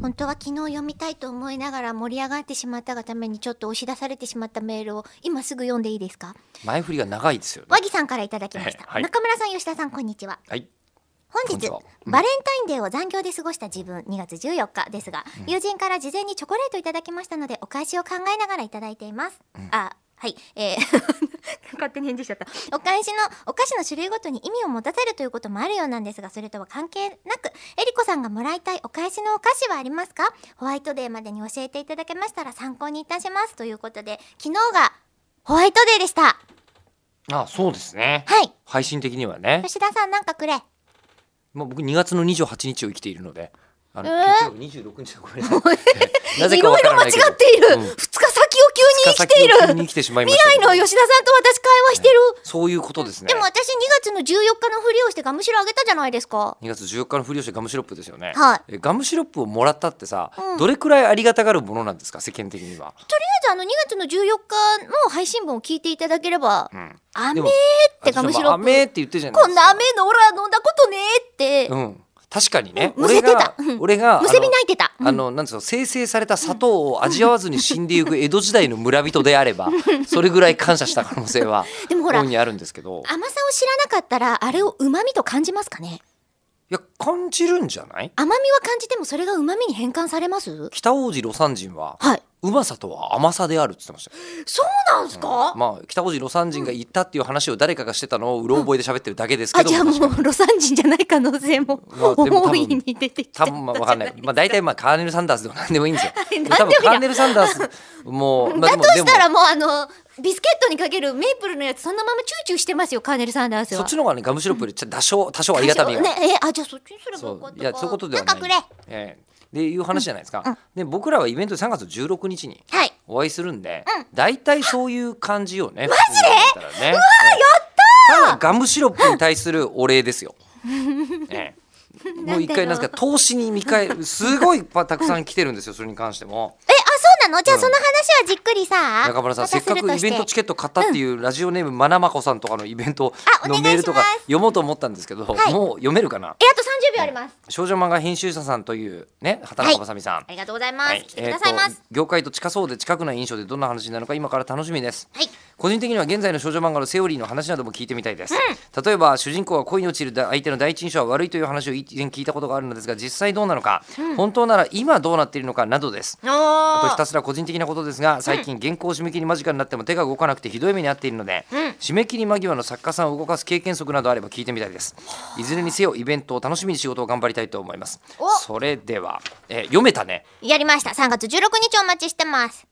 本当は昨日読みたいと思いながら盛り上がってしまったがためにちょっと押し出されてしまったメールを今すぐ読んでいいですか前振りが長いですよね和。木さんからいただきました、はい中村さん吉田さんこんにちははい。こ本んに日ちはうんバレンタインデーを残業で過ごした自分2月14日ですが、友人から事前にチョコレートいただきましたのでお返しを考えながらいただいています、あはい、えー 勝手に返事しちゃったお返しのお菓子の種類ごとに意味を持たせるということもあるようなんですがそれとは関係なくえりこさんがもらいたいお返しのお菓子はありますかホワイトデーまでに教えていただけましたら参考にいたしますということで昨日がホワイトデーでしたはあ、そうですね。い配信的にはね。吉田さんなんかくれまあ僕2月の28日を生きているので。あの、えー月曜26日だごめんなさ い。なぜかわからないけど。ているうん2日先を急二日先を急に生きてしまいましたけど。吉田さんと私会話してる、そういうことですねで。も私2月の14日のふりをしてガムシロあげたじゃないですか2月14日のふりをしてガムシロップですよね。はいえガムシロップをもらったってさ、うんどれくらいありがたがるものなんですか世間的には。とりあえずあの2月の14日の配信分を聞いていただければうん。 「雨でもってガムシロップあそうまあ雨って言ってるじゃないこでんすか。な雨のオラ飲んだことね」って、うん。確かにね。うんむせてたう俺がん俺がむせびあの泣いてた、うんあのなんつうの生成された砂糖を味わわずに死んでいく江戸時代の村人で あればそれぐらい感謝した可能性はでもほら大いにあるんですけど甘さを知らなかったらあれをうまみと感じますかねいや感じるんじゃない甘みは感じてもそれがうまみに変換されます北王子魯山人ははい。うまさとは甘さであるって言ってましたよそうなんですか、まあ北王子魯山人が言ったっていう話を誰かがしてたのをうろ覚えで喋ってるだけですけあどじゃあもう魯山人じゃない可能性もまあでも多分大いに出てきて多分まあわかんないまあ大体まあカーネル・サンダースでも何でもいいんですよい多分カーネル・サンダースも うまだあでもとしたでらももうあのビスケットにかけるメープルのやつそのままチューチューしてますよカーネル・サンダースそっはちの方がねガムシロップよりちょっと多少多少ありがたみがねえあじゃあそっちにすればそよかっうたいかやそういうことではななんいかくれはええでいう話じゃないですか、で僕らはイベントで3月16日にいお会いするんで、うん大体そういう感じよねマジで、うわやったただガムシロップに対するお礼です よ、ええもう一回なんですか投資に見返るすごいたくさん来てるんですよそれに関してもえあそうなのじゃあうんその話はじっくりさ、中村さんませたっすかるとくイしてベントチケット買ったっていうラジオネームまなまこさんとかのイベントあお願いのしますメールとか読もうと思ったんですけどはいもう読めるかなえあと30秒あります、少女漫画編集者さんというね畑中まさみさんありがとうございます、はい来てくださいます、えーと業界と近そうで近くない印象でどんな話になるのか今から楽しみですはい個人的には現在の少女漫画のセオリーの話なども聞いてみたいです、例えば主人公は恋に落ちる相手の第一印象は悪いという話を以前聞いたことがあるのですが実際どうなのか、本当なら今どうなっているのかなどですあとひおたすら個人的なことですが最近原稿締め切り間近になっても手が動かなくてひどい目に遭っているので、締め切り間際の作家さんを動かす経験則などあれば聞いてみたいですいずれにせよイベントを楽しみに仕事を頑張りたいと思いますおそれでは、えー読めたねーやりました3月16日お待ちしてます